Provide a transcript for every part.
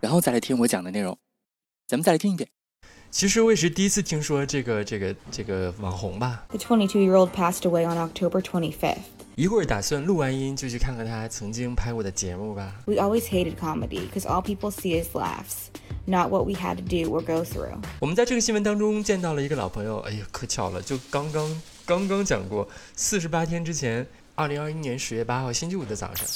然后再来听我讲的内容。咱们再来听一遍。其实我也是第一次听说这个这个这个网红吧。 The 22 year old passed away on October 25th. 一会儿打算录完音就去看看他曾经拍过的节目吧。 We always hated comedy because all people see is laughs, not what we had to do or go through. 我们在这个新闻当中见到了一个老朋友，哎呀，可巧了，就刚刚刚刚讲过，四十八天之前，二零二一年十月八号星期五的早上。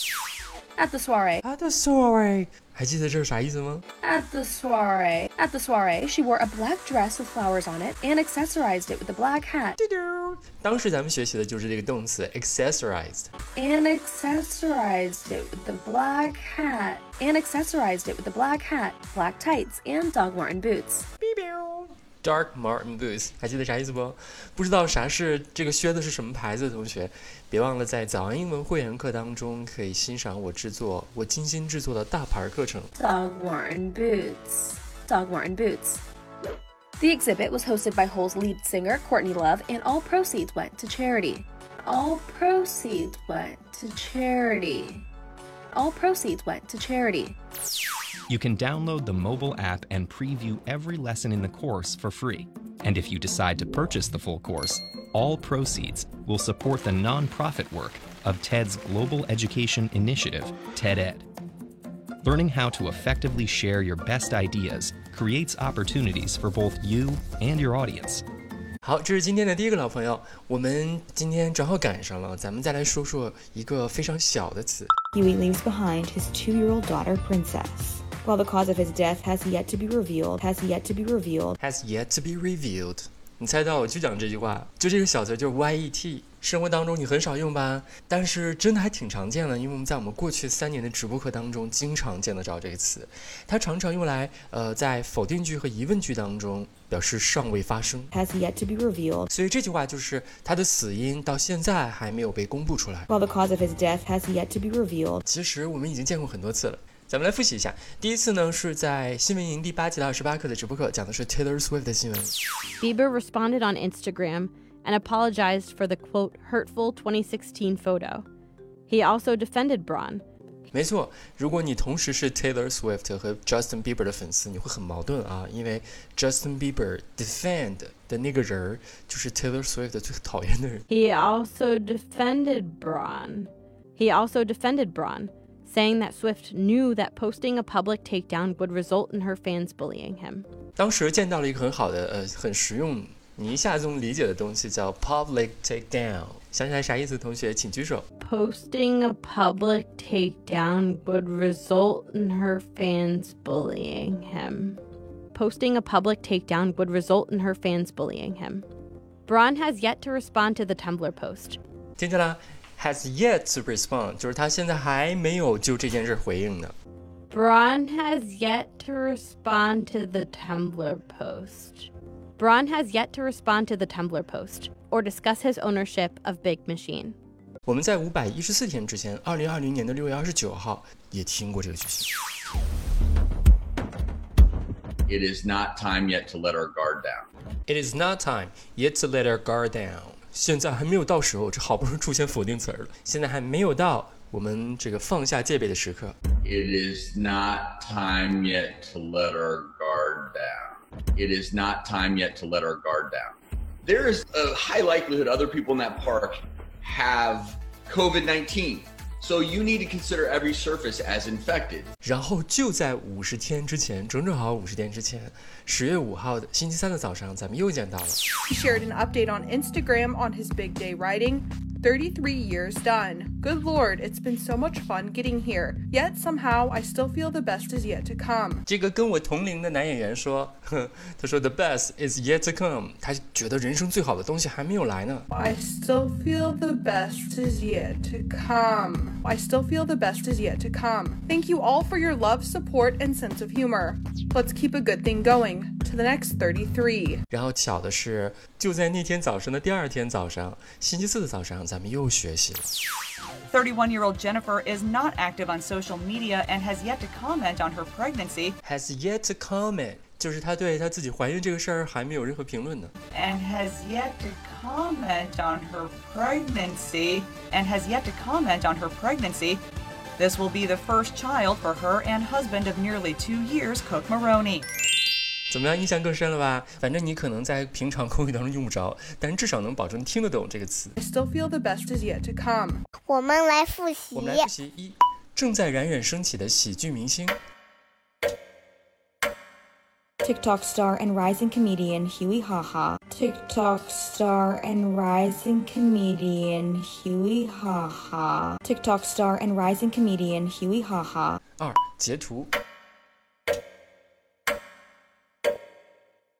At the soiree. At the soiree，还记得这是啥意思吗？ At the soiree. At the soiree, she wore a black dress with flowers on it and accessorized it with a black hat. 丢丢。当时咱们学习的就是这个动词 accessorized。 And accessorized it with the black hat. And accessorized it with a black hat, black tights, and Doc Martin boots. Dark Martin Boots，还记得啥意思不？不知道啥是这个靴子是什么牌子的同学，别忘了在早安英文会员课当中可以欣赏我制作我精心制作的大牌课程。 Dog Martin boots. Dog Martin boots. The exhibit was hosted by Hole's lead singer, Courtney Love, and all proceeds went to charity. All proceeds went to charity. All proceeds went to charity. You can download the mobile app and preview every lesson in the course for free. And if you decide to purchase the full course, all proceeds will support the nonprofit work of TED's global education initiative, TEDEd. Learning how to effectively share your best ideas creates opportunities for both you and your audience. 好，这是今天的第一个老朋友，我们今天正好赶上了，咱们再来说说一个非常小的词。 Huey leaves behind his two year old daughter, Princess. While the cause of his death has yet to be revealed, has yet to be revealed, has yet to be revealed。你猜到我就讲这句话，就这个小词就是 yet，生活当中你很少用吧，但是真的还挺常见的，因为我们在我们过去三年的直播课当中经常见得着这个词，它常常用来呃在否定句和疑问句当中表示尚未发生， has yet to be revealed. 所以这句话就是它的死因到现在还没有被公布出来。 While the cause of his death has yet to be revealed, 其实我们已经见过很多次了。咱们来复习一下，第一次呢是在新闻营第八季的二十八课的直播课，讲的是 Taylor Swift 的新闻。 Bieber responded on Instagram and apologized for the quote hurtful 2016 photo. He also defended Braun. 没错，如果你同时是 Taylor Swift 和 Justin Bieber 的粉丝，你会很矛盾啊，因为 Justin Bieber defend 的那个人儿就是 Taylor Swift 最讨厌的人。 He also defended Braun. He also defended Braun, saying that Swift knew that posting a public takedown would result in her fans bullying him. 当时见到了一个很好的呃很实用，你一下就能理解的东西，叫 public takedown。想起来啥意思？同学请举手。 Posting a public takedown would result in her fans bullying him. Posting a public takedown would result in her fans bullying him. Braun has yet to respond to the Tumblr post. 听见了？Has yet to respond，就是他现在还没有就这件事回应呢。 Braun has yet to respond to the Tumblr post. Braun has yet to respond to the Tumblr post or discuss his ownership of Big Machine. 我们在五百一十四天之前，二零二零年的六月二十九号也听过这个剧情。 it is not time yet to let our guard down. It is not time yet to let our guard down。现在还没有到时候，这好不容易出现否定词儿了，现在还没有到我们这个放下戒备的时刻。 It is not time yet to let our guard down. It is not time yet to let our guard down. There is a high likelihood other people in that park have COVID 19. So you need to consider every surface as infected. 然后就在五十天之前，整整好五十天之前，十月五号的星期三的早上，咱们又见到了。 He shared an update on Instagram on his big day writing. 33 years done. Good lord, it's been so much fun getting here. Yet somehow I still feel the best is yet to come. 这个跟我同龄的男演员说， 呵他说 The best is yet to come，他觉得人生最好的东西还没有来呢。 I still feel the best is yet to come. I still feel the best is yet to come. Thank you all for your love, support, and sense of humor. Let's keep a good thing going to the next 33. 然后巧的是，就在那天早上的第二天早上，星期四的早上，咱们又学习了。 31 year old Jennifer is not active on social media and has yet to comment on her pregnancy Has yet to comment，就是她对她自己怀孕这个事儿还没有任何评论呢。 and has yet to comment on her pregnancy and has yet to comment on her pregnancy. This will be the first child for her and husband of nearly two years, Cook Maroney. 怎么样，印象更深了吧？反正你可能在平常口语当中用不着，但至少能保证听得懂这个词。 I still feel the best is yet to come. 我们来复习我。们来复习一，正在冉冉升起的喜剧明星 TikTok star and rising comedian Huey Haha. TikTok star and rising comedian Huey Haha. TikTok star and rising comedian Huey Haha. 二，截图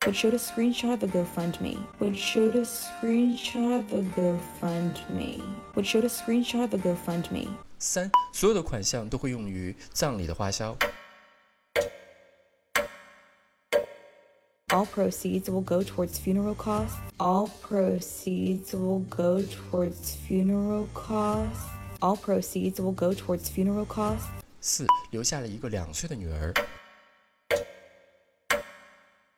Would shoot a screenshot of a GoFundMe. Would shoot a screenshot of a GoFundMe. Would shoot a screenshot of a GoFundMe. 三，所有的款项都会用于葬礼的花销。 All proceeds will go towards funeral costs. All proceeds will go towards funeral costs. All proceeds will go towards funeral costs. 四，留下了一个两岁的女儿。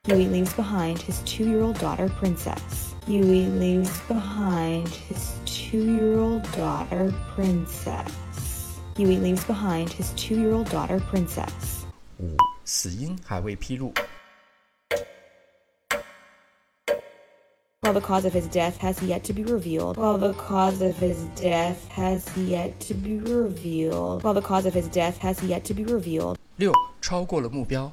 Huey leaves behind his two year old daughter, Princess. Huey leaves behind his two year old daughter, Princess. Huey leaves behind his two year old daughter, Princess. 五，死因还未披露。 While the cause of his death has yet to be revealed, while the cause of his death has yet to be revealed, while the cause of his death has yet to be revealed, 六，超过了目标。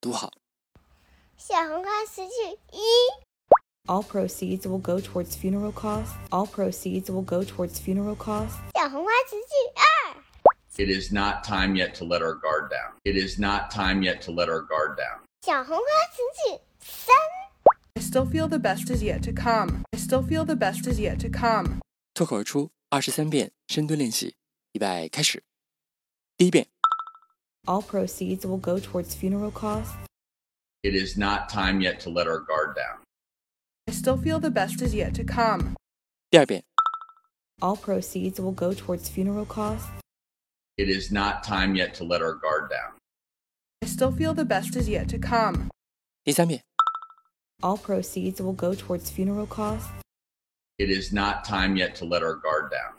读好。小红花词句一， All proceeds will go towards funeral costs. All proceeds will go towards funeral costs. 小红花词句二， It is not time yet to let our guard down. It is not time yet to let our guard down. 小红花词句三， I still feel the best is yet to come. I still feel the best is yet to come. 脱口而出二十三遍深蹲练习，预备开始。第一遍， All proceeds will go towards funeral costs. It is not time yet to let our guard down. I still feel the best is yet to come. 第二遍， All proceeds will go towards funeral costs. It is not time yet to let our guard down. I still feel the best is yet to come. 第三遍， All proceeds will go towards funeral costs. It is not time yet to let our guard down.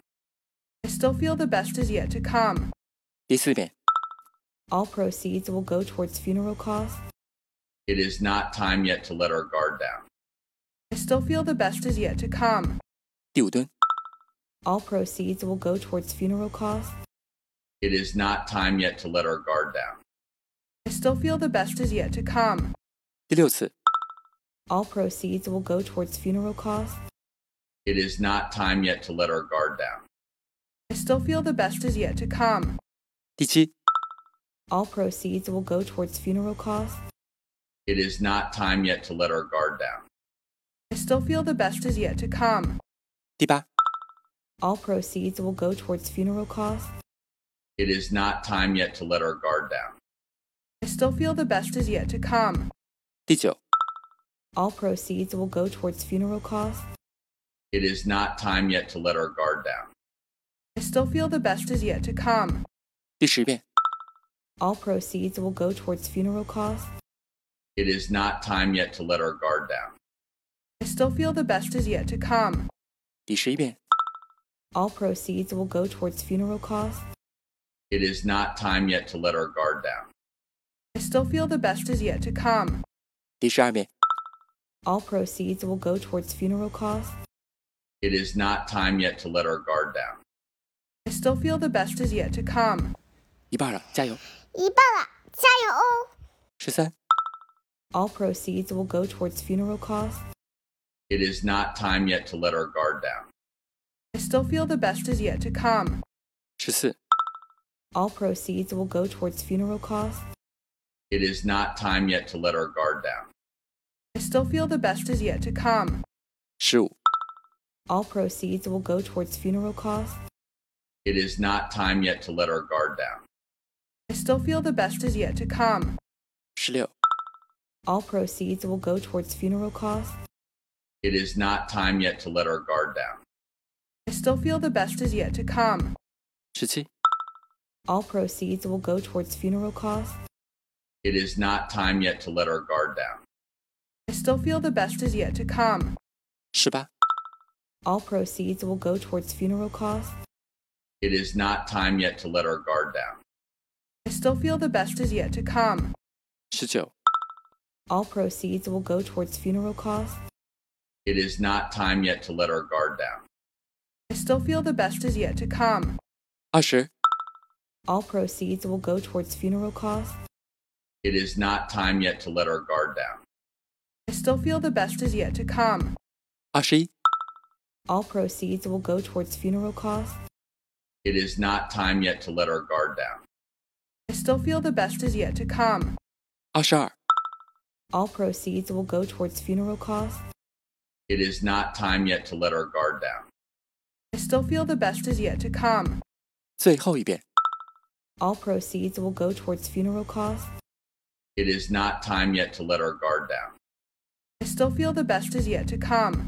I still feel the best is yet to come. 第四遍， All proceeds will go towards funeral costs. It is not time yet to let our guard down. I still feel the best is yet to come. 第五蹲， All proceeds will go towards funeral costs. It is not time yet to let our guard down. I still feel the best is yet to come. 第六次， All proceeds will go towards funeral costs. It is not time yet to let our guard down. I still feel the best is yet to come. 第七， All proceeds will go towards funeral costs. It is not time yet to let our guard down. I still feel the best is yet to come. 第八， All proceeds will go towards funeral costs. It is not time yet to let our guard down. I still feel the best is yet to come. 第九， All proceeds will go towards funeral costs. It is not time yet to let our guard down. I still feel the best is yet to come. 第十遍， All proceeds will go towards funeral costs. It is not time yet to let our guard down. I still feel the best is yet to come. 第十一遍， All proceeds will go towards funeral costs. It is not time yet to let our guard down. I still feel the best is yet to come. 第十二遍， All proceeds will go towards funeral costs. It is not time yet to let our guard down. I still feel the best is yet to come. 一半了，加油！一半了，加油哦！十三、 All proceeds will go towards funeral costs. It is not time yet to let our guard down. I still feel the best is yet to come. 十四、 All proceeds will go towards funeral costs. It is not time yet to let our guard down. I still feel the best is yet to come. 十五、 All proceeds will go towards funeral costs. It is not time yet to let our guard down. I still feel the best is yet to come. 十六、 All proceeds will go towards funeral costs. It is not time yet to let our guard down. I still feel the best is yet to come. 十七、 All proceeds will go towards funeral costs. It is not time yet to let our guard down. I still feel the best is yet to come. 十八、 All proceeds will go towards funeral costs. It is not time yet to let our guard down. I still feel the best is yet to come. 十九、 All proceeds will go towards funeral costs. It is not time yet to let our guard down. I still feel the best is yet to come. 二十、 All proceeds will go towards funeral costs. It is not time yet to let our guard down. I still feel the best is yet to come. 二十一、 All proceeds will go towards funeral costs. It is not time yet to let our guard down. I still feel the best is yet to come. 二十二、 All proceeds will go towards funeral costs. It is not time yet to let our guard down. I still feel the best is yet to come. 最后一遍， All proceeds will go towards funeral costs. It is not time yet to let our guard down. I still feel the best is yet to come.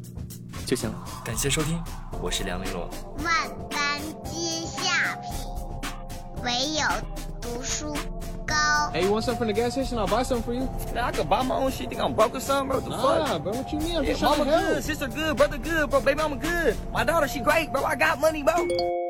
就行了。感谢收听，我是梁丽罗。万般皆下品，唯有读书高。 Hey, you want something from the gas station? I'll buy something for you. Man, I could buy my own shit. Think I'm broke or something, bro. What the Nah, fuck? bro, what you mean? I'm Yeah, just trying mama to help. good, sister good, brother good, bro. Baby, I'm good. My daughter, she great, bro. I got money, bro.